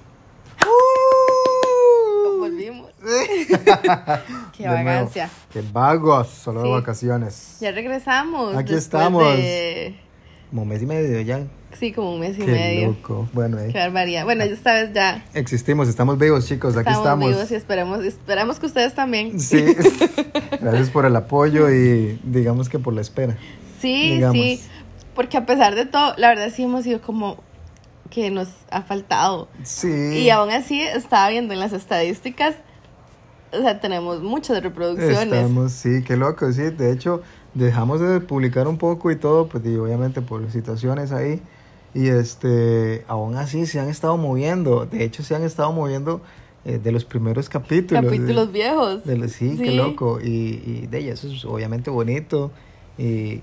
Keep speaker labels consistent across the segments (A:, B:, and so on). A: ¡Uh! Pues
B: Qué vagancia.
A: Qué vagos, solo
B: Sí.
A: de vacaciones.
B: Ya regresamos.
A: Aquí
B: después
A: estamos.
B: de-
A: Como un mes y medio ya.
B: Sí, como un mes y
A: Qué
B: medio.
A: loco. Bueno, eh,
B: Qué barbaridad. Bueno, esta vez ya
A: existimos, estamos vivos, chicos, aquí
B: estamos
A: estamos.
B: vivos y esperamos, esperamos que ustedes también.
A: Sí. Gracias por el apoyo y digamos que por la espera.
B: Sí,
A: Digamos.
B: sí. Porque a pesar de todo, la verdad sí hemos sido como que nos ha faltado.
A: Sí.
B: Y aún así, estaba viendo en las estadísticas, o sea, tenemos muchas reproducciones.
A: Estamos, sí, qué loco, sí. De hecho, dejamos de publicar un poco y todo, pues y obviamente por situaciones ahí. Y este, aún así se han estado moviendo. De hecho, se han estado moviendo eh, de los primeros capítulos. de-
B: capítulos viejos.
A: de los- sí, qué
B: Sí.
A: loco. Y, y de ella, eso es obviamente bonito. Y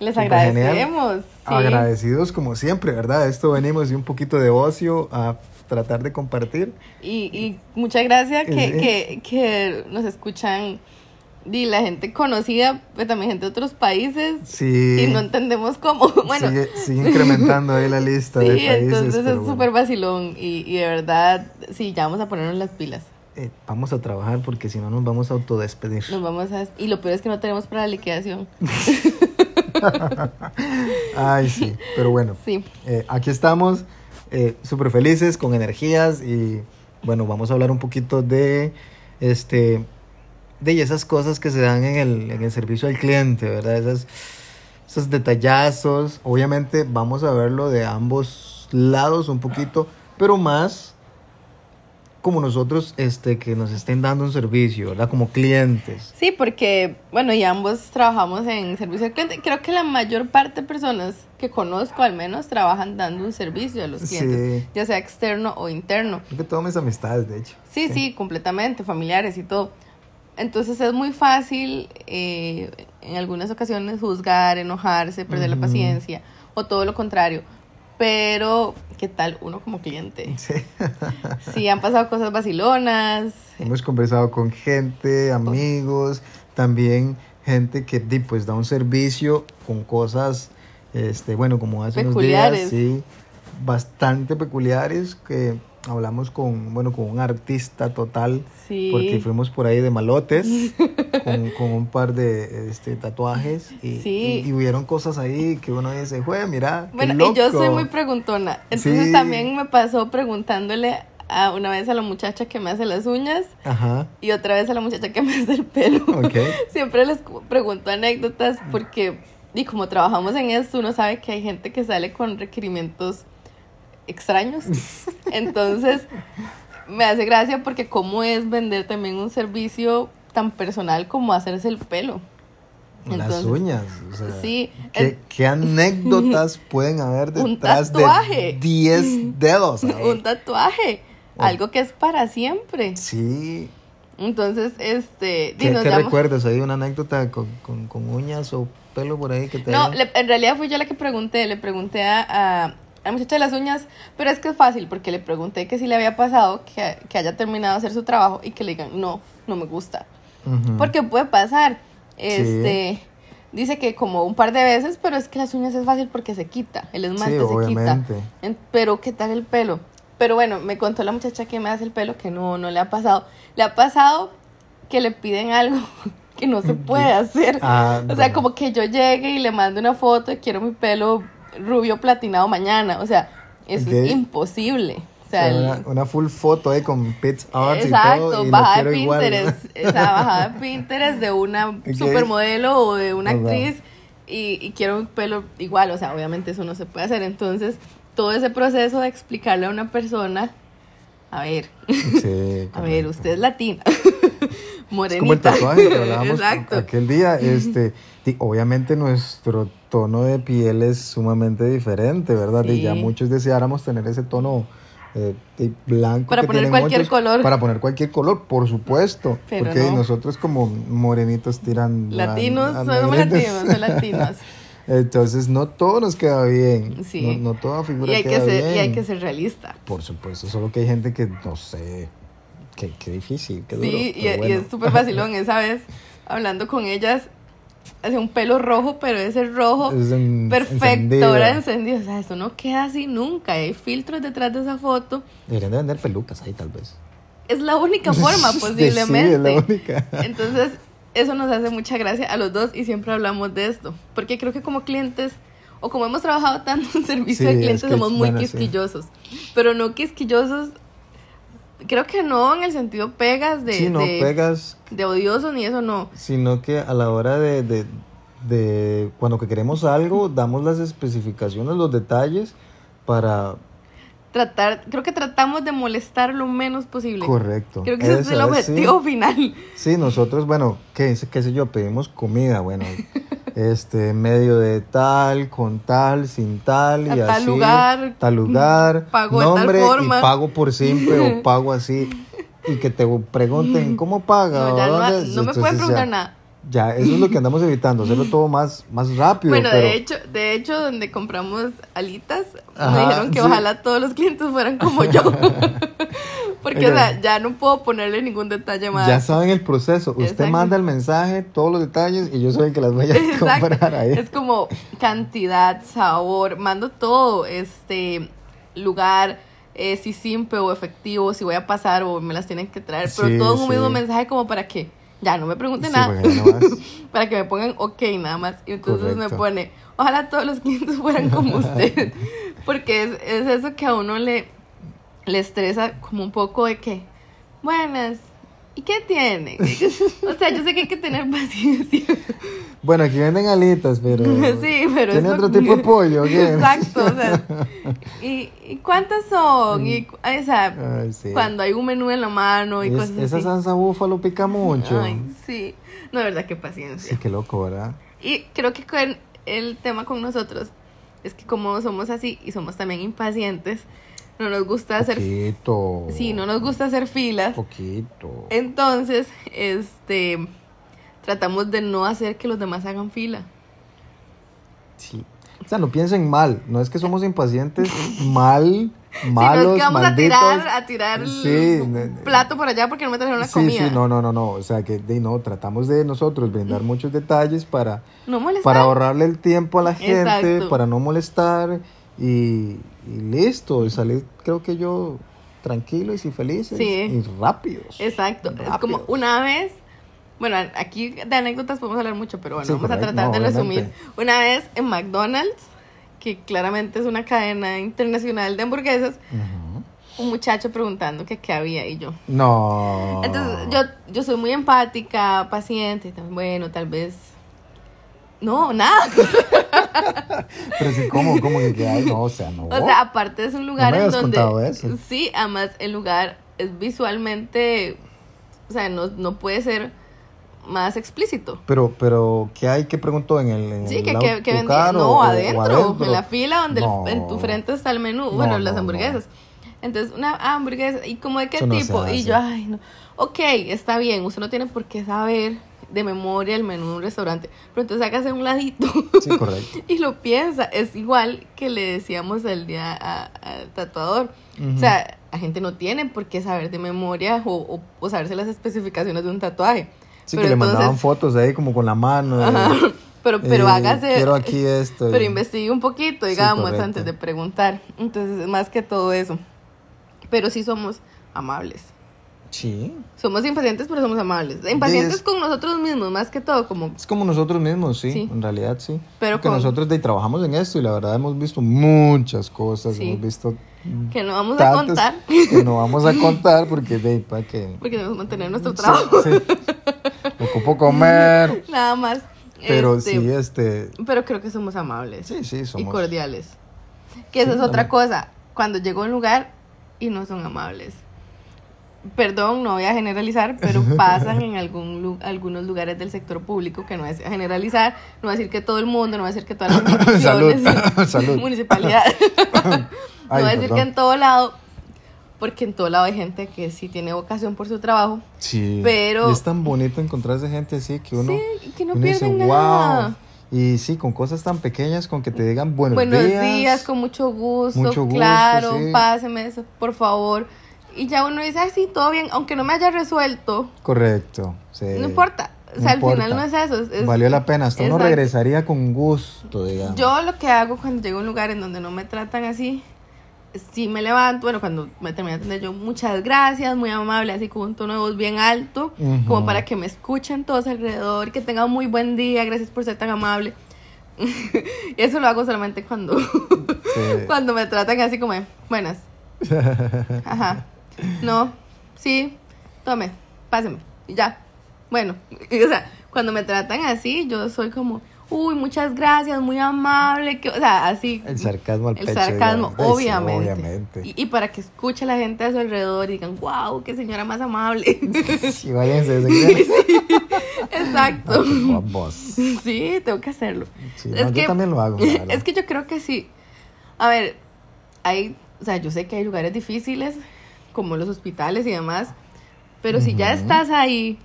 B: Les
A: Súper genial.
B: agradecemos. sí.
A: agradecidos como siempre, ¿verdad? Esto venimos de un poquito de ocio a tratar de compartir.
B: Y, y muchas gracias que,
A: Sí.
B: que, que nos escuchan y la gente conocida, pero también gente de otros países.
A: Sí.
B: Y no entendemos cómo. Bueno,
A: sigue, sigue incrementando ahí la lista
B: sí,
A: de países.
B: entonces
A: pero
B: es
A: bueno.
B: súper vacilón. Y, y de verdad, sí, ya vamos a ponernos las pilas.
A: Eh, vamos a trabajar porque si no nos vamos a autodespedir.
B: Nos vamos a. Y lo peor es que no tenemos para la liquidación.
A: Ay, sí, pero bueno,
B: Sí.
A: eh, aquí estamos eh, súper felices, con energías y bueno, vamos a hablar un poquito de este de esas cosas que se dan en el, en el servicio al cliente, ¿verdad? Esas, esos detallazos, obviamente vamos a verlo de ambos lados un poquito, pero más como nosotros este, que nos estén dando un servicio, ¿verdad? Como clientes.
B: Sí, porque, bueno, y ambos trabajamos en servicio al cliente. Creo que la mayor parte de personas que conozco, al menos, trabajan dando un servicio a los
A: Sí.
B: clientes, ya sea externo o interno.
A: Creo que todas mis amistades, de hecho.
B: Sí, sí, completamente, familiares y todo. Entonces es muy fácil eh, en algunas ocasiones juzgar, enojarse, perder la
A: Ujú.
B: paciencia o todo lo contrario. Pero, ¿qué tal uno como cliente?
A: Sí.
B: Sí, han pasado cosas vacilonas.
A: Hemos conversado con gente, amigos, también gente que di, pues da un servicio con cosas, este, bueno, como hace unos
B: Peculiares.
A: días, sí, bastante peculiares que hablamos con, bueno, con un artista total.
B: Sí.
A: Porque fuimos por ahí de malotes con, con un par de este, tatuajes y,
B: Sí.
A: y, y hubieron cosas ahí que uno dice, güey, mira. qué
B: Bueno, y yo soy
A: loco".
B: muy preguntona. Entonces
A: Sí.
B: también me pasó preguntándole a una vez a la muchacha que me hace las uñas
A: Ajá,
B: y otra vez a la muchacha que me hace el pelo.
A: ok.
B: Siempre les cu- pregunto anécdotas porque, y como trabajamos en esto, uno sabe que hay gente que sale con requerimientos extraños. Entonces, me hace gracia porque cómo es vender también un servicio tan personal como hacerse el pelo.
A: Las
B: Entonces,
A: uñas. o sea,
B: sí, es-
A: ¿qué, qué anécdotas pueden haber
B: Un
A: detrás
B: tatuaje.
A: de 10 dedos? ahí?
B: Un tatuaje,
A: Bueno.
B: algo que es para siempre.
A: Sí.
B: Entonces, este, di,
A: ¿Qué,
B: nos
A: qué
B: llama-
A: recuerdas? ¿Hay una anécdota con, con- con uñas o pelo por ahí que te
B: No,
A: hayan-
B: le- en realidad fui yo la que pregunté, le pregunté a, a, a la muchacha de las uñas, pero es que es fácil, porque le pregunté que si le había pasado que, que haya terminado de hacer su trabajo y que le digan, no, no me gusta.
A: Ujú.
B: Porque puede pasar. Este, dice que como un par de veces, pero es que las uñas es fácil porque se quita, el esmalte
A: Sí,
B: se
A: obviamente.
B: quita. En- Pero ¿qué tal el pelo? Pero bueno, me contó la muchacha que me hace el pelo que no, no le ha pasado. Le ha pasado que le piden algo que no se puede hacer.
A: Ah,
B: O sea,
A: bueno.
B: como que yo llegue y le mando una foto y quiero mi pelo rubio platinado mañana. O sea, eso
A: Ok.
B: es imposible. O
A: O sea,
B: sea, el-
A: una, una full foto ahí con pits arts y todo.
B: exacto,
A: y lo
B: bajada de
A: quiero igual.
B: Pinterest. Esa bajada de Pinterest de una supermodelo o de una
A: Oh, wow.
B: actriz y, y quiero un pelo igual. O sea, obviamente eso no se puede hacer. Entonces, todo ese proceso de explicarle a una persona, a ver,
A: Sí,
B: a ver,
A: correcto.
B: usted es latina. Morenita.
A: Es como el tatuaje que hablábamos
B: Exacto.
A: aquel día. Este, di- obviamente nuestro tono de piel es sumamente diferente, ¿verdad? Y ya
B: Sí.
A: muchos deseáramos tener ese tono eh, de blanco.
B: Para
A: que
B: poner
A: tienen
B: cualquier
A: muchos,
B: color.
A: Para poner cualquier color, por supuesto.
B: Pero
A: porque
B: no.
A: nosotros como morenitos tiran... a-
B: Latinos,
A: a
B: somos
A: negritos.
B: latinos, son latinos.
A: Entonces no todo nos queda bien.
B: Sí.
A: No, no toda figura
B: Y hay, que
A: queda
B: ser,
A: bien.
B: y hay que ser realista.
A: Por supuesto, solo que hay gente que no sé. Qué, qué difícil, qué
B: Sí,
A: duro.
B: y,
A: pero
B: y
A: bueno.
B: es súper vacilón. Esa vez, hablando con ellas, hace un pelo rojo, pero ese rojo
A: Es en-
B: perfecto,
A: encendido.
B: ahora encendido. O sea, eso no queda así nunca. Hay ¿eh? filtros detrás de esa foto.
A: Deberían de vender pelucas ahí, tal vez.
B: es la única forma
A: Sí,
B: posiblemente.
A: Sí, es la única.
B: Entonces, eso nos hace mucha gracia a los dos y siempre hablamos de esto, porque creo que como clientes o como hemos trabajado tanto en
A: Sí,
B: servicio de
A: es
B: clientes
A: que,
B: somos muy
A: bueno, sí.
B: quisquillosos, pero no quisquillosos creo que no en el sentido pegas de
A: si no
B: de,
A: pegas,
B: de odiosos ni eso no.
A: sino que a la hora de, de, de cuando que queremos algo, damos las especificaciones, los detalles para...
B: Tratar, creo que tratamos de molestar lo menos posible.
A: Correcto.
B: Creo que ese es
A: Eso
B: el
A: sí.
B: objetivo final.
A: Sí, nosotros, bueno, qué, sé- qué sé yo, pedimos comida, bueno, este, medio de tal, con tal, sin tal, y
B: A tal
A: así,
B: lugar,
A: tal lugar,
B: pago de tal
A: nombre
B: forma.
A: y pago por simple o pago así, y que te pregunten, ¿cómo paga?
B: Mm. No, ya no,
A: ¿Dónde?
B: no me
A: Entonces,
B: pueden
A: ya-
B: preguntar nada.
A: Ya, eso es lo que andamos evitando, hacerlo todo más, más rápido,
B: Bueno,
A: pero
B: de hecho, de hecho, donde compramos alitas, me
A: Ajá,
B: dijeron que
A: sí.
B: ojalá todos los clientes fueran como yo. Porque, o sea,
A: Oigan.
B: ya no puedo ponerle ningún detalle más.
A: ya saben el proceso, usted
B: Exacto.
A: manda el mensaje, todos los detalles, y yo soy el que las voy a
B: Exacto.
A: comprar ahí.
B: Es como cantidad, sabor, mando todo, este lugar, eh, si simple o efectivo, si voy a pasar o me las tienen que traer, pero
A: Sí,
B: todo en un
A: sí.
B: mismo mensaje como para que ya no me pregunten
A: Sí,
B: nada.
A: porque ya no más.
B: para que me pongan ok nada más. Y entonces me
A: Correcto.
B: pone, ojalá todos los clientes fueran como usted. Porque es, es eso que a uno le, le estresa como un poco de que, buenas, ¿y qué tiene? o sea, yo sé que hay que tener paciencia.
A: Bueno, aquí venden alitas, pero.
B: sí, pero
A: Tiene
B: es lo
A: otro
B: que-
A: tipo de pollo, ¿o qué?
B: Exacto, o sea. ¿Y, y cuántas son? Y, cu- o sea,
A: Ay, Mm. Ah, sí.
B: cuando hay un menú en la mano y
A: Es-
B: cosas
A: esa
B: así.
A: salsa búfalo pica mucho.
B: Ay, sí. No, de verdad, qué paciencia.
A: sí, qué loco, ¿verdad?
B: Y creo que con el tema con nosotros es que como somos así y somos también impacientes, no nos gusta hacer
A: Poquito.
B: sí, no nos gusta hacer filas.
A: Poquito.
B: Entonces, este tratamos de no hacer que los demás hagan fila.
A: Sí. O sea, no piensen mal. No es que somos impacientes, mal,
B: si no
A: malos,
B: es que vamos
A: malditos.
B: a tirar a tirar
A: Sí,
B: un
A: ne- ne-
B: plato por allá porque no me trajeron la
A: sí,
B: comida. Mm.
A: sí, no, no, no, no. O sea, que de, no, tratamos de nosotros brindar muchos detalles para,
B: No molestar.
A: para ahorrarle el tiempo a la gente,
B: Exacto.
A: para no molestar y, y listo. Y salir, creo que yo, tranquilos y felices
B: Sí.
A: y rápidos.
B: Exacto. Es como
A: Rápido.
B: una vez. Bueno, aquí de anécdotas podemos hablar mucho, pero bueno,
A: Sí,
B: vamos a
A: correcto.
B: tratar
A: No,
B: de resumir.
A: obviamente.
B: Una vez en McDonald's, que claramente es una cadena internacional de hamburguesas,
A: Ujú.
B: un muchacho preguntando que qué había y yo.
A: No.
B: Entonces, yo, yo soy muy empática, paciente, y tal- bueno, tal vez. No, nada.
A: Pero sí, ¿cómo? ¿Cómo que qué hay? No, o sea, no.
B: O sea, aparte es un lugar
A: me
B: en
A: habías
B: donde.
A: contado eso.
B: Sí, además el lugar es visualmente. O sea, no, no puede ser más explícito.
A: Pero, pero, ¿qué hay? ¿Qué preguntó en el. en
B: Sí,
A: el
B: que,
A: au-
B: que, que
A: tu
B: vendía-
A: carro
B: No,
A: o- o
B: adentro,
A: adentro?
B: en la fila donde el-
A: No.
B: en tu frente está el menú,
A: No,
B: bueno, las
A: no,
B: hamburguesas. Entonces, una hamburguesa, ¿y como de qué
A: Eso no se
B: tipo? y
A: hace.
B: yo, ay, no. Ok, está bien, usted no tiene por qué saber de memoria el menú de un restaurante, pero entonces hágase un ladito
A: Sí, correcto.
B: y lo piensa. Es igual que le decíamos el día a- al tatuador.
A: Ujú.
B: O sea, la gente no tiene por qué saber de memoria o, o- o saberse las especificaciones de un tatuaje.
A: Sí,
B: Pero
A: que le mandaban
B: entonces-
A: fotos ahí como con la mano. de,
B: Ajá. Pero, pero
A: eh,
B: hágase.
A: Quiero aquí esto.
B: Pero
A: y-
B: investigué un poquito,
A: Sí,
B: digamos,
A: correcto.
B: antes de preguntar. Entonces, más que todo eso. Pero sí somos amables.
A: Sí.
B: Somos impacientes, pero somos amables. Impacientes
A: es-
B: con nosotros mismos, más que todo, como...
A: Es como nosotros mismos, sí,
B: Sí.
A: en realidad sí.
B: Pero
A: Porque
B: con-
A: nosotros de, trabajamos en esto y la verdad hemos visto muchas cosas,
B: Sí.
A: hemos visto
B: Que no vamos a
A: tantas
B: contar,
A: que no vamos a contar porque de para que
B: porque debemos mantener nuestro
A: Sí,
B: trabajo,
A: sí. Ocupo comer.
B: nada más.
A: Pero
B: Este,
A: sí, este.
B: Pero creo que somos amables
A: Sí, sí,
B: y
A: somos.
B: cordiales. Que esa
A: Sí,
B: es otra
A: también.
B: cosa. Cuando llego a un lugar y no son amables. Perdón, no voy a generalizar, pero pasan en algún lu- algunos lugares del sector público que no es generalizar, no va a decir que todo el mundo, no va a decir que todas las instituciones,
A: Salud.
B: municipalidades, no
A: Ay,
B: va a decir
A: perdón.
B: que en todo lado, porque en todo lado hay gente que sí tiene vocación por su trabajo,
A: Sí.
B: pero-
A: Y es tan bonito encontrarse gente así que uno.
B: sí, que no
A: uno dice,
B: pierden nada.
A: wow. Y sí, con cosas tan pequeñas, con que te digan buenos,
B: Buenos días,
A: días.
B: con mucho gusto,
A: Mucho gusto,
B: claro,
A: sí.
B: páseme eso, por favor. Y ya uno dice, ay, sí, todo bien, aunque no me haya resuelto,
A: Correcto. sí.
B: no importa. O sea,
A: Eh, no
B: al final
A: importa.
B: no es eso. es- es-
A: Valió la pena. Hasta uno
B: Exacto.
A: regresaría con gusto, digamos.
B: Yo lo que hago cuando llego a un lugar en donde no me tratan así sí me levanto, bueno, cuando me terminé de atender yo, muchas gracias, muy amable, así con un tono de voz bien alto,
A: Ujú.
B: como para que me escuchen todos alrededor, que tengan muy buen día, gracias por ser tan amable. y eso lo hago solamente cuando,
A: Sí.
B: cuando me tratan así como, de, buenas. Ajá. No, sí, tome, páseme. Y ya. Bueno, y, o sea, cuando me tratan así, yo soy como, uy, muchas gracias, muy amable, que, o sea, así.
A: El sarcasmo al
B: El
A: pecho,
B: sarcasmo,
A: digamos. Ay, sí,
B: obviamente.
A: obviamente.
B: Y, y para que escuche la gente a su alrededor y digan, wow, qué señora más amable.
A: Sí, váyanse de ese Ah,
B: Exacto.
A: Vos. Sí,
B: Sí, tengo que hacerlo.
A: no, yo también lo hago. la verdad.
B: Es que yo creo que sí. A ver, hay, o sea, yo sé que hay lugares difíciles, como los hospitales y demás, pero si ya
A: Ujú.
B: estás ahí,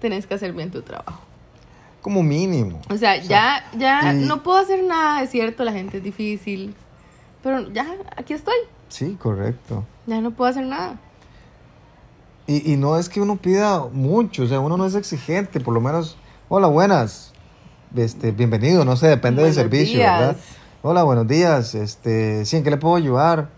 B: tenés que hacer bien tu trabajo.
A: Como mínimo.
B: O sea, ya, ya
A: y-
B: no puedo hacer nada, es cierto, la gente es difícil, pero ya, aquí estoy,
A: Sí, correcto.
B: ya no puedo hacer nada.
A: Y, y no es que uno pida mucho, o sea, uno no es exigente, por lo menos, hola, buenas, este, bienvenido, no sé, depende
B: Buenos
A: del servicio, ¿verdad?
B: días.
A: Hola, buenos días, este, sí, ¿en qué le puedo ayudar?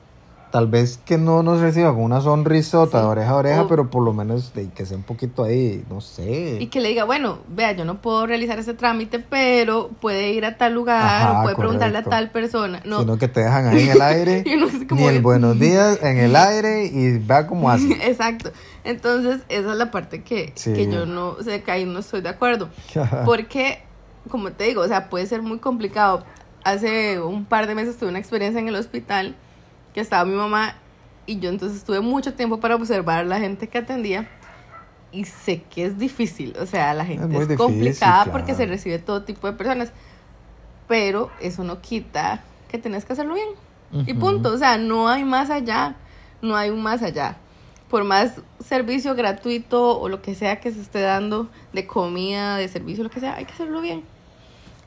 A: Tal vez que no nos reciba con una sonrisota
B: Sí,
A: de oreja a oreja,
B: o-
A: pero por lo menos de, que sea un poquito ahí, no sé.
B: Y que le diga, bueno, vea, yo no puedo realizar ese trámite, pero puede ir a tal lugar
A: Ajá,
B: o puede preguntarle a
A: correcto.
B: tal persona. No,
A: Sino que te dejan ahí en el aire,
B: Y uno es como
A: ni el
B: de-
A: buenos días en el aire y va como así.
B: Exacto. Entonces, esa es la parte que,
A: Sí. Ah.
B: que yo no, o sea, que ahí no estoy de acuerdo. Porque, como te digo, o sea, puede ser muy complicado. Hace un par de meses tuve una experiencia en el hospital que estaba mi mamá y yo entonces tuve mucho tiempo para observar la gente que atendía y sé que es difícil, o sea, la gente
A: muy
B: es,
A: difícil,
B: complicada porque
A: claro.
B: se recibe todo tipo de personas, pero eso no quita que tenés que hacerlo bien y
A: Ujú.
B: punto, o sea, no hay más allá, no hay un más allá. Por más servicio gratuito o lo que sea que se esté dando de comida, de servicio, lo que sea, hay que hacerlo bien.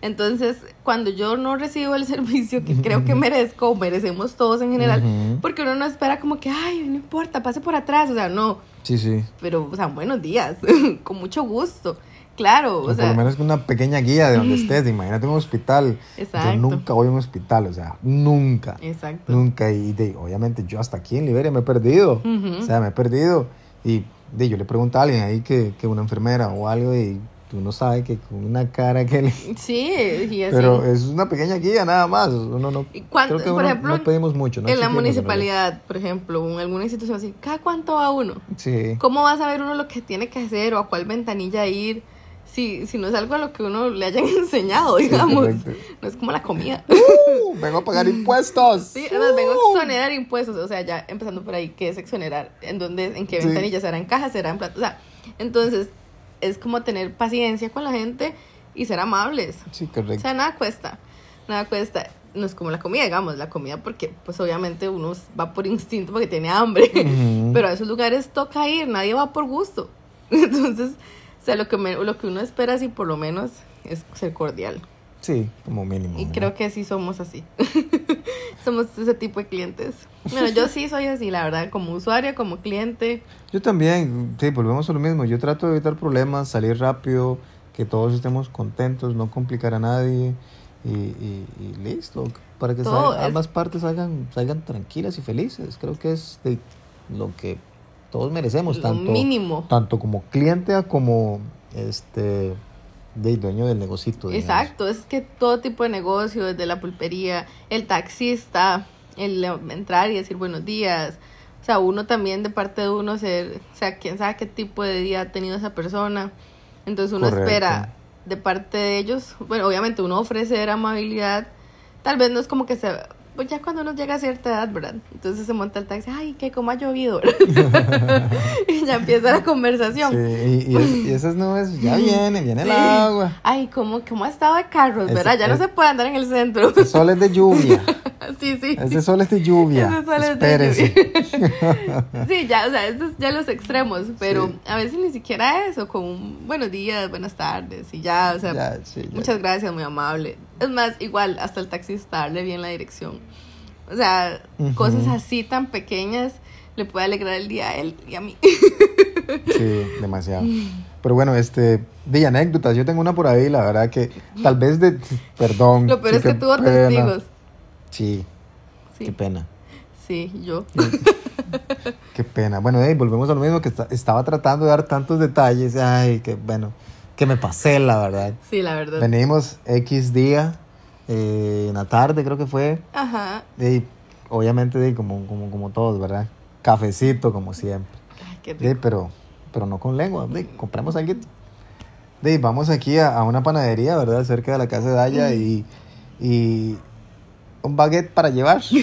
B: Entonces, cuando yo no recibo el servicio que creo que merezco, o merecemos todos en general,
A: Ujú.
B: porque uno no espera como que, ay, no importa, pase por atrás, o sea, no,
A: Sí, sí.
B: pero, o sea, buenos días, con mucho gusto, claro,
A: O
B: o
A: por
B: sea,
A: lo menos una pequeña guía de donde estés. Imagínate un hospital.
B: Exacto.
A: Yo nunca voy a un hospital, o sea, nunca.
B: exacto.
A: Nunca. Y de- obviamente yo hasta aquí en Liberia me he perdido.
B: Ujú.
A: O sea, me he perdido. Y de, yo le pregunto a alguien ahí que, que una enfermera o algo y tú no sabes que con una cara que le...
B: Sí, y así.
A: Pero es una pequeña guía nada más. Uno no...
B: ¿Y cuánto-
A: creo que
B: por
A: uno
B: ejemplo,
A: no pedimos mucho. ¿no?
B: en la
A: exigimos, ¿no?
B: municipalidad, por ejemplo, o en alguna institución así, ¿cada cuánto va uno?
A: Sí.
B: ¿Cómo va a saber uno lo que tiene que hacer o a cuál ventanilla ir? Si, si no es algo a lo que uno le hayan enseñado,
A: Sí,
B: digamos.
A: correcto.
B: no es como la comida.
A: ¡Uh! vengo a pagar impuestos.
B: Sí, además vengo a
A: ¡Uh!
B: exonerar impuestos, o sea, ya empezando por ahí, ¿qué es exonerar? ¿En dónde, en qué
A: Sí.
B: ventanilla serán cajas, serán platos? O sea, entonces es como tener paciencia con la gente y ser amables.
A: Sí,
B: O
A: correcto.
B: sea, nada cuesta, nada cuesta. No es como la comida, digamos, la comida porque pues obviamente uno va por instinto porque tiene hambre,
A: Ujú.
B: pero a esos lugares toca ir, nadie va por gusto. Entonces, o sea, lo que, me- lo que uno espera, sí, por lo menos, es ser cordial.
A: Sí, como mínimo.
B: Y
A: ¿no?
B: creo que sí somos así. somos ese tipo de clientes. Bueno, yo sí soy así, la verdad, como usuario, como cliente.
A: Yo también, sí, volvemos a lo mismo. Yo trato de evitar problemas, salir rápido, que todos estemos contentos, no complicar a nadie y, y- y listo. Para que
B: Todo
A: salgan-
B: es-
A: ambas partes salgan, salgan tranquilas y felices. Creo que es de lo que todos merecemos,
B: Lo
A: tanto,
B: mínimo.
A: tanto como cliente a como este, de dueño del negocito. digamos.
B: Exacto, es que todo tipo de negocio, desde la pulpería, el taxista, el eh, entrar y decir buenos días. O sea, uno también de parte de uno ser, o sea, quién sabe qué tipo de día ha tenido esa persona. Entonces uno
A: Correcto.
B: espera de parte de ellos, bueno, obviamente uno ofrecer amabilidad. Tal vez no es como que se pues ya cuando uno llega a cierta edad, ¿verdad? Entonces se monta el taxi, ay, que como ha llovido. y ya empieza la conversación.
A: Sí, y, y es- y esas nubes ya vienen, viene el
B: Sí.
A: agua.
B: Ay, ¿cómo, cómo ha estado de carros,
A: Ese-
B: verdad? Ya no
A: es-
B: se puede andar en el centro.
A: El sol es de lluvia.
B: sí, sí.
A: Ese sol es de lluvia.
B: Ese sol es de
A: Espérese.
B: Sí, ya, o sea, estos ya los extremos, pero
A: Sí.
B: a veces ni siquiera eso, con un buenos días, buenas tardes y ya, o sea,
A: Ya, sí, ya.
B: muchas gracias, muy amable. Es más, igual, hasta el taxista, darle bien la dirección. O sea,
A: Ujú.
B: cosas así tan pequeñas le puede alegrar el día a él y a mí.
A: Sí, demasiado. Pero bueno, este, de anécdotas, yo tengo una por ahí, la verdad que tal vez de, perdón.
B: Lo
A: Mm,
B: peor
A: sí,
B: es que
A: qué
B: tuvo
A: pena.
B: testigos.
A: Sí, qué
B: Sí,
A: pena.
B: Sí, yo.
A: Qué pena. Bueno, hey, volvemos a lo mismo que esta- estaba tratando de dar tantos detalles. Ay, que bueno, que me pasé, la verdad.
B: Sí, la verdad.
A: Venimos X día, eh, en la tarde creo que fue.
B: Ajá.
A: Y obviamente, de, como, como, como todos, ¿verdad? Cafecito, como siempre.
B: Ay, qué
A: De,
B: rico.
A: pero, pero no con lengua. De, compramos algo. De, vamos aquí a, a una panadería, ¿verdad? Cerca de la casa de Daya y, y un baguette para llevar.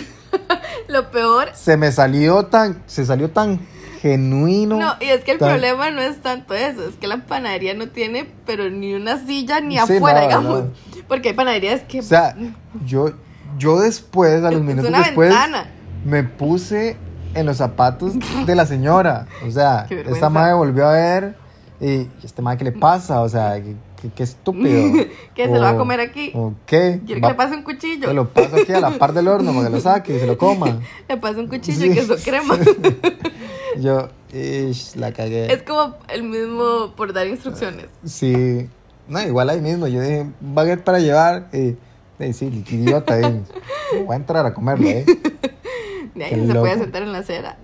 B: Lo peor.
A: Se me salió tan, se salió tan genuino.
B: No, y es que el
A: tan-
B: problema no es tanto eso, es que la panadería no tiene, pero ni una silla ni
A: Sí,
B: afuera,
A: nada,
B: digamos.
A: nada.
B: Porque hay panaderías que.
A: O sea, yo, yo después, a los minutos
B: es una
A: después,
B: ventana.
A: me puse en los zapatos de la señora. O sea,
B: Qué vergüenza.
A: esta madre volvió a ver y este madre, ¿qué le pasa? O sea, qué, qué- qué estúpido.
B: Que se lo va a comer aquí.
A: ¿O qué?
B: Quiere
A: Va-
B: que le pase un cuchillo.
A: se lo paso aquí a la par del horno para que lo saque y se lo coma.
B: Le pasa un cuchillo
A: Sí.
B: y queso crema.
A: Yo, ish, la cagué.
B: es como el mismo por dar instrucciones.
A: Sí. No, igual ahí mismo. Yo dije, baguette para llevar. Y, y sí, idiota. eh. Voy a entrar a comerlo, ¿eh?
B: De ahí
A: Qué
B: no se puede
A: loco.
B: sentar en la acera.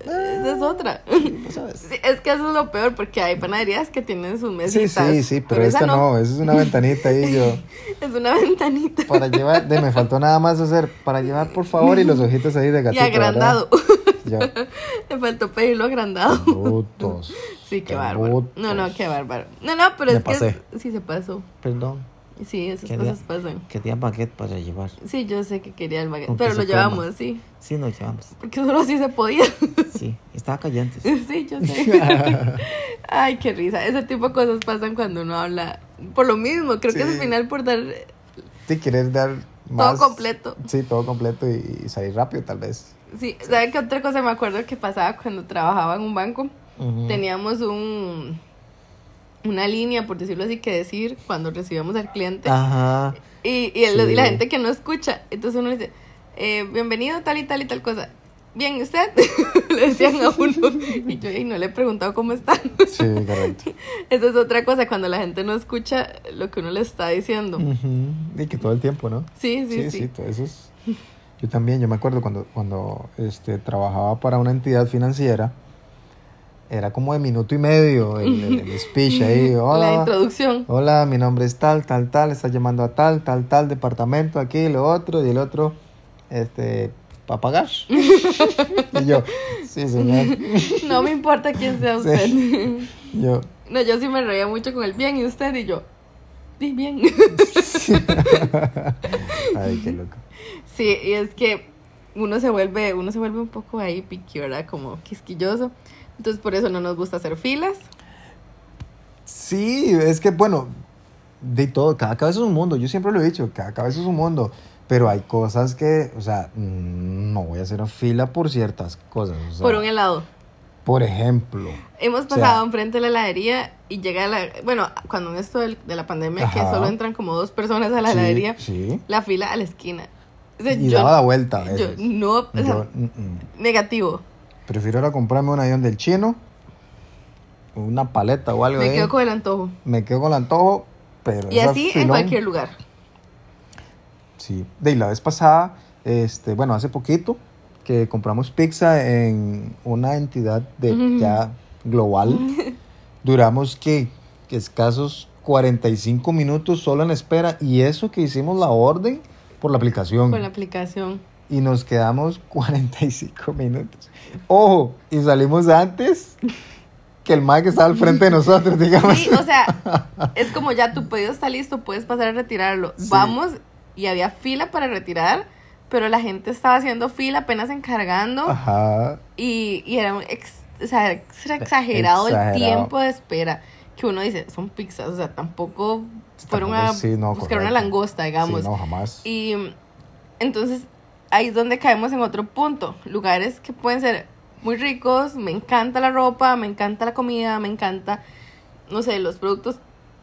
B: Esa es otra.
A: Pues, ¿sabes?
B: Sí, es que eso es lo peor, porque hay panaderías que tienen sus
A: Sí,
B: mesitas.
A: sí, sí, pero esta no. Esa es una ventanita ahí yo.
B: Es una ventanita.
A: Para llevar, de, me faltó nada más hacer. Para llevar, por favor, y los ojitos ahí de
B: y
A: gatito.
B: agrandado.
A: ¿verdad?
B: Le faltó pedirlo agrandado.
A: Yo. Brutos.
B: Sí, qué
A: Qué
B: bárbaro. No, no,
A: brutos.
B: qué bárbaro. No, no, pero
A: Me
B: es
A: pasé.
B: que sí se pasó.
A: Perdón.
B: Sí, esas
A: Qué
B: cosas
A: día.
B: pasan.
A: Quería baguette para llevar.
B: Sí, yo sé que quería el baguette,
A: Con
B: pero
A: queso
B: lo llevamos,
A: crema.
B: sí.
A: Sí, nos llevamos.
B: Porque solo así se podía.
A: Sí, estaba callante.
B: Sí, yo sé. Ay, qué risa. Ese tipo de cosas pasan cuando uno habla. Por lo mismo, creo que
A: Sí.
B: al final por dar.
A: Sí, quieres dar más.
B: completo.
A: Sí, todo completo y, y salir rápido, tal vez.
B: Sí, ¿saben qué otra cosa me acuerdo que pasaba cuando trabajaba en un banco?
A: Ujú.
B: Teníamos un. Una línea, por decirlo así, que decir cuando recibíamos al cliente.
A: Ajá.
B: Y, y el- y la
A: Sí.
B: gente que no escucha. Entonces uno le dice, eh, bienvenido, tal y tal y tal cosa. Bien, ¿y ¿usted? le decían a uno. Y yo, y no le he preguntado cómo está.
A: Sí, correcto.
B: Esa es otra cosa, cuando la gente no escucha lo que uno le está diciendo.
A: Mm. Ujú. Y que todo el tiempo, ¿no?
B: Sí, sí, sí.
A: todo eso es- Yo también, yo me acuerdo cuando, cuando este, trabajaba para una entidad financiera, era como de minuto y medio el, el- el speech ahí.
B: La
A: Hola,
B: introducción.
A: hola, mi nombre es tal, tal, tal, está llamando a tal, tal, tal departamento, aquí, lo otro, y el otro, este, para pagar. y yo, sí, señor.
B: No me importa quién sea
A: Sí.
B: usted.
A: Yo,
B: No, yo sí me reía mucho con el bien y usted y yo. Sí, bien.
A: ay, qué loco.
B: Sí, y es que uno se vuelve, uno se vuelve un poco ahí piqui, ¿verdad? Como quisquilloso. Entonces por eso no nos gusta hacer filas.
A: Sí, es que bueno, de todo, cada cabeza es un mundo, yo siempre lo he dicho, cada cabeza es un mundo, pero hay cosas que, o sea, mm, no voy a hacer fila por ciertas cosas. o sea,
B: por un helado.
A: por ejemplo,
B: Hemos
A: o sea-
B: pasado enfrente de la heladería y llega la... Bueno, cuando en esto del- de la pandemia, que
A: Ajá.
B: solo entran como dos personas a la
A: sí,
B: heladería,
A: sí,
B: la fila a la esquina. O sea,
A: y
B: yo,
A: daba la vuelta. a
B: yo
A: veces.
B: no... o sea,
A: Yo, mm, mm,
B: negativo.
A: prefiero ahora comprarme un avión del chino, una paleta o algo
B: Me
A: ahí,
B: quedo con el antojo.
A: me quedo con el antojo, pero
B: Y
A: esa
B: así en
A: filón-
B: cualquier lugar.
A: Sí, de ahí la vez pasada, este, bueno, hace poquito que compramos pizza en una entidad de
B: Ujú.
A: ya global. Duramos que que escasos 45 minutos solo en espera y eso que hicimos la orden por la aplicación
B: Con la aplicación.
A: y nos quedamos 45 minutos. Ojo, y salimos antes que el mae que estaba al frente de nosotros, digamos.
B: Sí, o sea, es como ya tu pedido está listo, puedes pasar a retirarlo.
A: Sí.
B: Vamos, y había fila para retirar, pero la gente estaba haciendo fila, apenas encargando.
A: Ajá.
B: Y, y era, un ex- o sea, era exagerado,
A: Exagerado.
B: el tiempo de espera. Que uno dice, son pizzas, o sea, tampoco fueron
A: Pues Tampoco-
B: a
A: sí, no,
B: buscar una
A: correcto.
B: langosta, digamos.
A: Sí, no, jamás.
B: Y mm, entonces ahí es donde caemos en otro punto. Lugares que pueden ser muy ricos, me encanta la ropa, me encanta la comida, me encanta, no sé, los productos,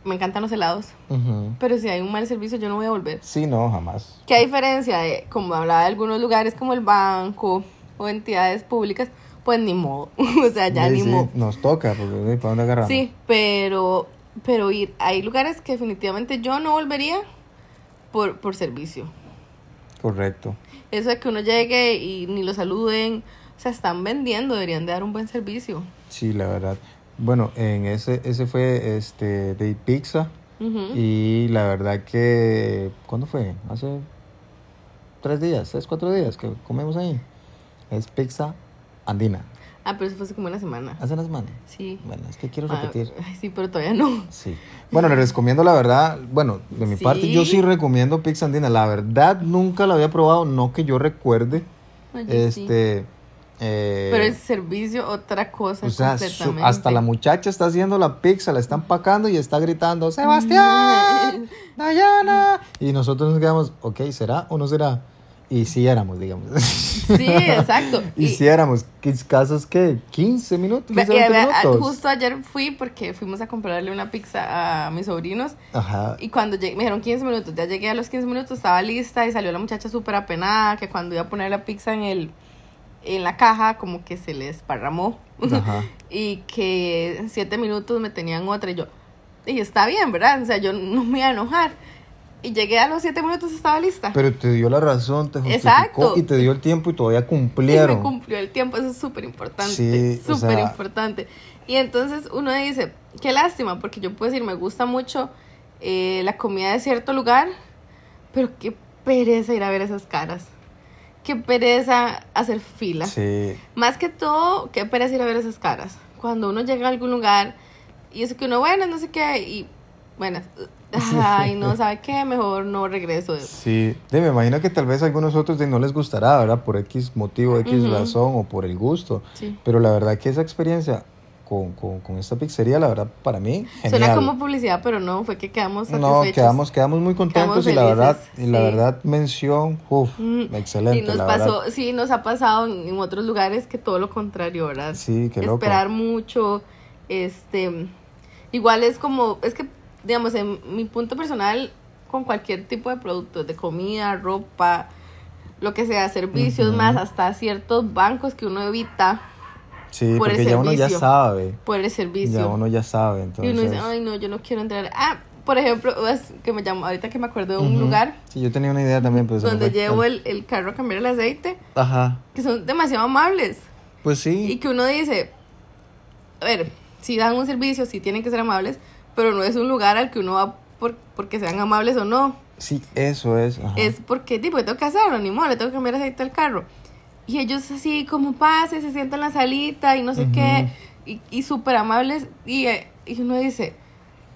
B: me encantan los helados.
A: Ujú.
B: Pero si hay un mal servicio, yo no voy a volver.
A: Sí, no, jamás.
B: ¿Qué diferencia de, como hablaba de algunos lugares como el banco o entidades públicas? Pues ni modo, o sea, ya
A: Sí,
B: ni
A: sí,
B: modo.
A: Nos toca, porque ¿sí? ¿para dónde agarramos?
B: Sí, pero, pero ir, hay lugares que definitivamente yo no volvería por, por servicio.
A: Correcto.
B: Eso de que uno llegue y ni lo saluden, se están vendiendo, deberían de dar un buen servicio.
A: Sí, la verdad. Bueno, en ese, ese fue este de pizza.
B: Ujú.
A: Y la verdad que, ¿cuándo fue? Hace tres días, tres, cuatro días que comemos ahí. Es pizza andina.
B: Ah, pero eso fue hace como una semana.
A: Hace las manos.
B: Sí.
A: Bueno, es que Ah, quiero
B: Ah,
A: repetir.
B: ay, sí, pero todavía no.
A: Sí. Bueno, les recomiendo la verdad, bueno, de mi
B: Sí.
A: parte yo sí recomiendo pizza andina. La verdad nunca la había probado, no que yo recuerde.
B: No, yo sí.
A: Este... eh,
B: Pero el servicio, otra cosa.
A: o sea, su-
B: completamente.
A: hasta la muchacha está haciendo la pizza, la están pacando y está gritando, Sebastián, Dayana. Y nosotros nos quedamos, ok, ¿será o no será? Hiciéramos, digamos.
B: Sí, exacto. Y-
A: Hiciéramos, ¿qué casos que 15 minutos,
B: Ve-
A: 15
B: y a- a-
A: minutos.
B: justo ayer fui porque fuimos a comprarle una pizza a mis sobrinos
A: Ajá.
B: y cuando llegué, me dijeron 15 minutos, ya llegué a los 15 minutos, estaba lista y salió la muchacha súper apenada que cuando iba a poner la pizza en el en la caja como que se le desparramó
A: Ajá.
B: y que en 7 minutos me tenían otra y yo, y está bien, ¿verdad? O sea, yo no me iba a enojar. Y llegué a los 7 minutos, estaba lista.
A: Pero te dio la razón, te justificó
B: Exacto.
A: y te dio el tiempo y todavía
B: Y me
A: cumplieron.
B: cumplió el tiempo, eso es súper importante.
A: Sí, o
B: súper
A: sea-
B: importante. Y entonces uno dice, qué lástima, porque yo puedo decir, me gusta mucho eh, la comida de cierto lugar, pero qué pereza ir a ver esas caras. Qué pereza hacer fila.
A: Sí,
B: Más que todo, qué pereza ir a ver esas caras. Cuando uno llega a algún lugar y eso que uno, bueno, no sé qué, y buenas. Ay, no, ¿sabe qué? Mejor no regreso.
A: Sí, de- me imagino que tal vez a algunos otros de no les gustará, ¿verdad? Por X motivo, X
B: Ujú.
A: razón o por el gusto.
B: Sí.
A: Pero la verdad que esa experiencia con, con- con esta pizzería, la verdad, para mí,
B: Suena
A: genial.
B: como publicidad, pero no, fue que quedamos
A: No,
B: satisfechos.
A: quedamos, quedamos muy contentos
B: Quedamos
A: y la verdad,
B: felices,
A: y la
B: sí.
A: verdad, mención, uff,
B: Mm,
A: excelente,
B: Y nos
A: la
B: pasó,
A: verdad.
B: sí, nos ha pasado en, en otros lugares que todo lo contrario, ¿verdad?
A: Sí, qué loco.
B: Esperar mucho, este, igual es como, es que, digamos, en mi punto personal, con cualquier tipo de productos, de comida, ropa, lo que sea, servicios
A: Ujú.
B: más, hasta ciertos bancos que uno evita
A: Sí,
B: por el
A: porque ya uno ya
B: servicio.
A: sabe,
B: por el servicio.
A: ya uno ya sabe, entonces.
B: Y uno dice, ay, no, yo no quiero entrar. Ah, por ejemplo, es que me llamo, ahorita que me acuerdo de un
A: Ujú.
B: lugar
A: Sí, yo tenía una idea también, pero se me
B: donde
A: fue.
B: llevo el, el carro a cambiar el aceite,
A: Ajá,
B: que son demasiado amables.
A: pues sí.
B: Y que uno dice, a ver, si dan un servicio, si tienen que ser amables, pero no es un lugar al que uno va por, porque sean amables o no.
A: Sí, eso es. ajá.
B: Es porque, tipo, yo tengo que hacerlo, ni modo, le tengo que cambiar aceite al carro. Y ellos así, como pase, se sientan en la salita y no sé
A: Ujú.
B: qué, y, y súper amables. Y, eh, y uno dice,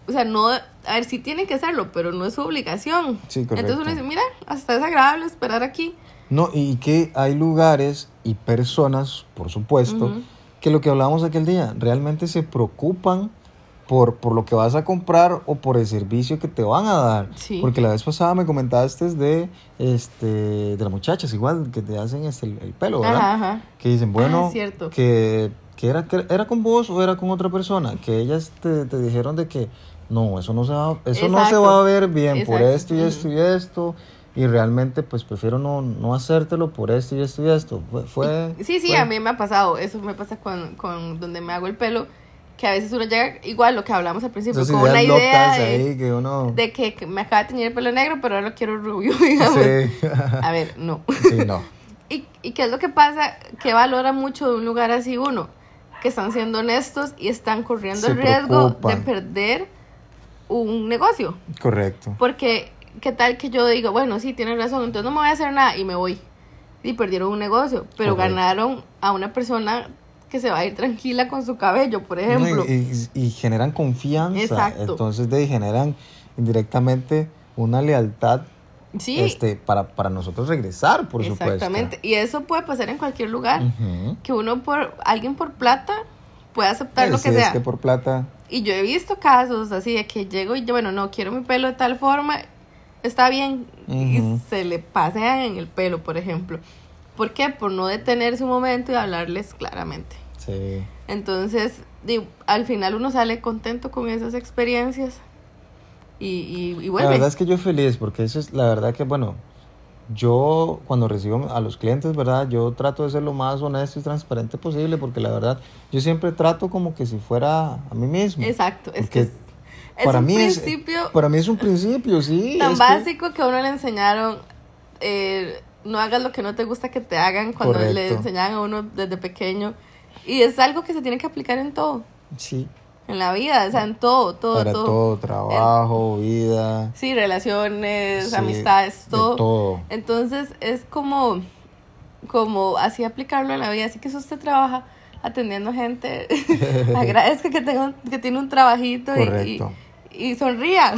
B: o sea, no, a ver, sí tienen que hacerlo, pero no es su obligación.
A: Sí,
B: Entonces uno
A: correcto.
B: dice, "Mm". mira, hasta es agradable esperar aquí.
A: No, y que hay lugares y personas, por supuesto,
B: Ujú.
A: que lo que hablábamos aquel día, realmente se preocupan por, por lo que vas a comprar o por el servicio que te van a dar.
B: Sí.
A: Porque la vez pasada me comentaste de, este, de las muchachas, igual que te hacen este, el, el pelo, ¿verdad?
B: Ajá, ajá.
A: Que dicen, bueno,
B: Ah, cierto.
A: que, que era, que era con vos o era con otra persona, que ellas te, te dijeron de que no, eso no se va, eso no se
B: Exacto.
A: va a ver bien por
B: Exacto.
A: esto y esto y esto, y realmente pues prefiero no, no hacértelo por esto y esto y esto. Fue, fue-
B: Sí, sí,
A: fue-
B: a mí me ha pasado. Eso me pasa con, con donde me hago el pelo. Que a veces uno llega, igual lo que hablamos al principio,
A: esas
B: con una
A: ideas
B: idea
A: locas
B: de,
A: ahí que uno...
B: de que que me acaba de teñir el pelo negro, pero ahora lo quiero rubio, digamos.
A: Sí.
B: A ver, no.
A: Sí, no.
B: ¿Y, ¿Y qué es lo que pasa? Que valora mucho de un lugar así uno? Que están siendo honestos y están corriendo
A: Se
B: el riesgo
A: preocupan.
B: de perder un negocio.
A: Correcto.
B: Porque, ¿qué tal que yo digo, bueno, sí, tienes razón, entonces no me voy a hacer nada y me voy? Y perdieron un negocio, pero
A: Correcto.
B: ganaron a una persona que se va a ir tranquila con su cabello, por
A: No,
B: ejemplo.
A: y, y- y generan confianza.
B: Exacto.
A: Entonces de ahí generan indirectamente una lealtad
B: sí,
A: este, para, para nosotros regresar, por supuesto. Mm.
B: exactamente. Y eso puede pasar en cualquier lugar,
A: Ujú.
B: que uno por, alguien por plata puede aceptar
A: Eh,
B: lo
A: si
B: que sea.
A: Es que por plata.
B: Y yo he visto casos así de que llego y yo, bueno, no, quiero mi pelo de tal forma, está bien,
A: Ujú.
B: y se le pasean en el pelo, por ejemplo. ¿Por qué? Por no detenerse un momento y hablarles claramente.
A: Sí.
B: Entonces, di- al final uno sale contento con esas experiencias y, y, y
A: La
B: vuelve.
A: verdad es que yo feliz, porque eso es la verdad que, bueno, yo cuando recibo a los clientes, ¿verdad? Yo trato de ser lo más honesto y transparente posible, porque la verdad, yo siempre trato como que si fuera a mí mismo.
B: Exacto, es
A: Porque
B: que es, es
A: para
B: un
A: mí es-
B: principio
A: Para mí es un principio, sí.
B: tan
A: es que-
B: básico que a uno le enseñaron eh, no hagas lo que no te gusta que te hagan cuando le
A: Correcto.
B: enseñaban a uno desde pequeño. Y es algo que se tiene que aplicar en todo,
A: Sí.
B: en la vida, o sea, en todo, todo,
A: para todo,
B: todo.
A: trabajo, vida.
B: Sí, relaciones,
A: sí,
B: amistades,
A: de
B: todo.
A: todo.
B: Entonces es como, como así aplicarlo en la vida. Así que si usted trabaja atendiendo gente, agradezca que, tenga, un- que tiene un trabajito y- y,
A: Correcto.
B: y, sonría.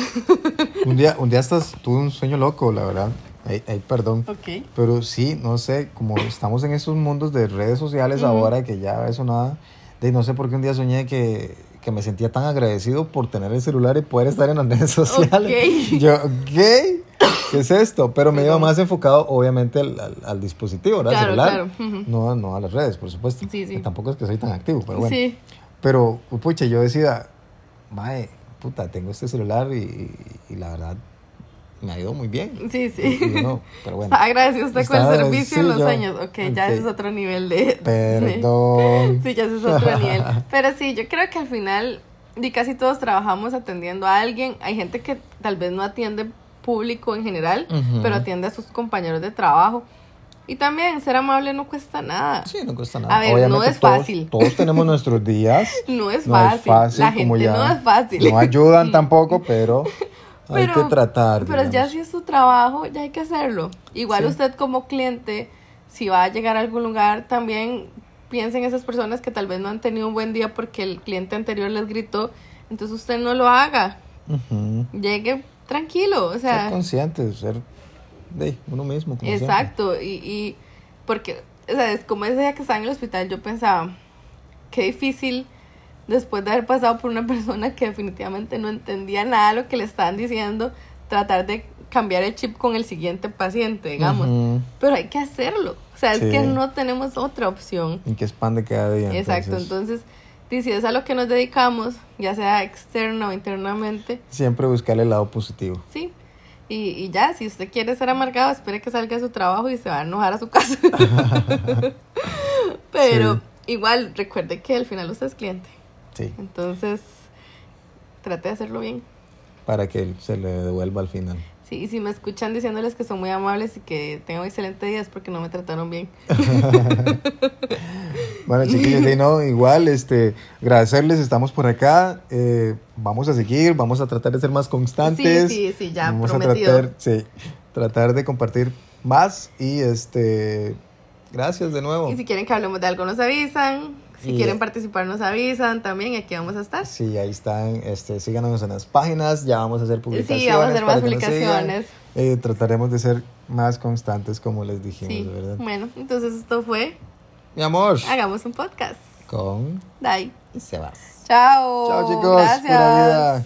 A: Un día, un día estás, tuve un sueño loco, la verdad. Ay, ay, perdón.
B: ok.
A: Pero sí, no sé, como estamos en esos mundos de redes sociales
B: Ujú.
A: ahora, que ya eso nada, de no sé por qué un día soñé que, que me sentía tan agradecido por tener el celular y poder estar en las redes sociales.
B: Ok.
A: Yo, ¿qué? ¿Qué es esto? Pero me iba
B: Perdón.
A: más enfocado, obviamente, al, al- al dispositivo, ¿verdad? Al celular.
B: Claro, claro, ujú.
A: no, no a las redes, por supuesto.
B: Sí, sí.
A: Que Tampoco es que soy tan activo, pero Pues bueno.
B: Sí,
A: Pero, pucha, yo decía, mae, puta, tengo este celular y, y la verdad me ha ido muy bien.
B: sí, sí.
A: Y- y uno, pero bueno.
B: Está agradecido usted con
A: Está
B: el servicio en los
A: agradecido.
B: años. Ok, ya
A: Ok.
B: ese es otro nivel de...
A: Perdón.
B: Sí, ya ese es otro nivel. Pero sí, yo creo que al final, y casi todos trabajamos atendiendo a alguien. Hay gente que tal vez no atiende público en general,
A: Ujú.
B: pero atiende a sus compañeros de trabajo. Y también ser amable no cuesta nada.
A: Sí, no cuesta nada.
B: A ver,
A: Obviamente
B: no es
A: todos-
B: fácil.
A: Todos tenemos nuestros días.
B: No es
A: No
B: fácil.
A: es fácil.
B: La
A: como
B: gente
A: ya
B: no es fácil. Mm.
A: No ayudan tampoco, pero, hay que
B: Pero-
A: tratar.
B: Pero ya
A: digamos.
B: si es su trabajo, ya hay que hacerlo. Igual
A: Sí.
B: usted como cliente, si va a llegar a algún lugar, también piensa en esas personas que tal vez no han tenido un buen día porque el cliente anterior les gritó. Entonces usted no lo haga.
A: Ujú.
B: Llegue tranquilo, o
A: ser
B: sea,
A: consciente, ser de uno mismo. como siempre.
B: exacto. Y, y porque, o sea, es como ese día que estaba en el hospital, yo pensaba, qué difícil después de haber pasado por una persona que definitivamente no entendía nada de lo que le estaban diciendo, tratar de cambiar el chip con el siguiente paciente, digamos.
A: Ujú.
B: Pero hay que hacerlo. O sea,
A: Sí.
B: es que no tenemos otra opción.
A: Y que expande cada día.
B: Exacto. Entonces, y si es a lo que nos dedicamos, ya sea externo o internamente,
A: Siempre buscar el lado positivo.
B: sí. Y, y ya, si usted quiere ser amargado, espere que salga de su trabajo y se va a enojar a su casa. Pero
A: Sí.
B: igual, recuerde que al final usted es cliente.
A: Sí,
B: Entonces, trate de hacerlo bien.
A: para que se le devuelva al final.
B: Sí, y si me escuchan diciéndoles que son muy amables y que tengo excelentes días porque no me trataron bien.
A: Bueno, chiquillos, y no, igual, este, agradecerles, estamos por acá, eh, vamos a seguir, vamos a tratar de ser más constantes.
B: sí, sí, sí, ya,
A: vamos
B: prometido.
A: a tratar, sí, tratar de compartir más y este, gracias de nuevo.
B: Y si quieren que hablemos de algo, nos avisan. Si
A: Y-
B: quieren participar, nos avisan también. Aquí vamos a estar.
A: Sí, ahí están, este, síganos en las páginas, ya vamos a hacer publicaciones.
B: Sí, vamos a hacer más
A: para que nos sigan.
B: publicaciones.
A: Eh, trataremos de ser más constantes, como les dijimos,
B: Sí.
A: de ¿verdad?
B: Bueno, entonces esto fue
A: Mi amor,
B: Hagamos un podcast.
A: con
B: Bye.
A: Sebas.
B: Chao.
A: Chao, chicos, pura vida.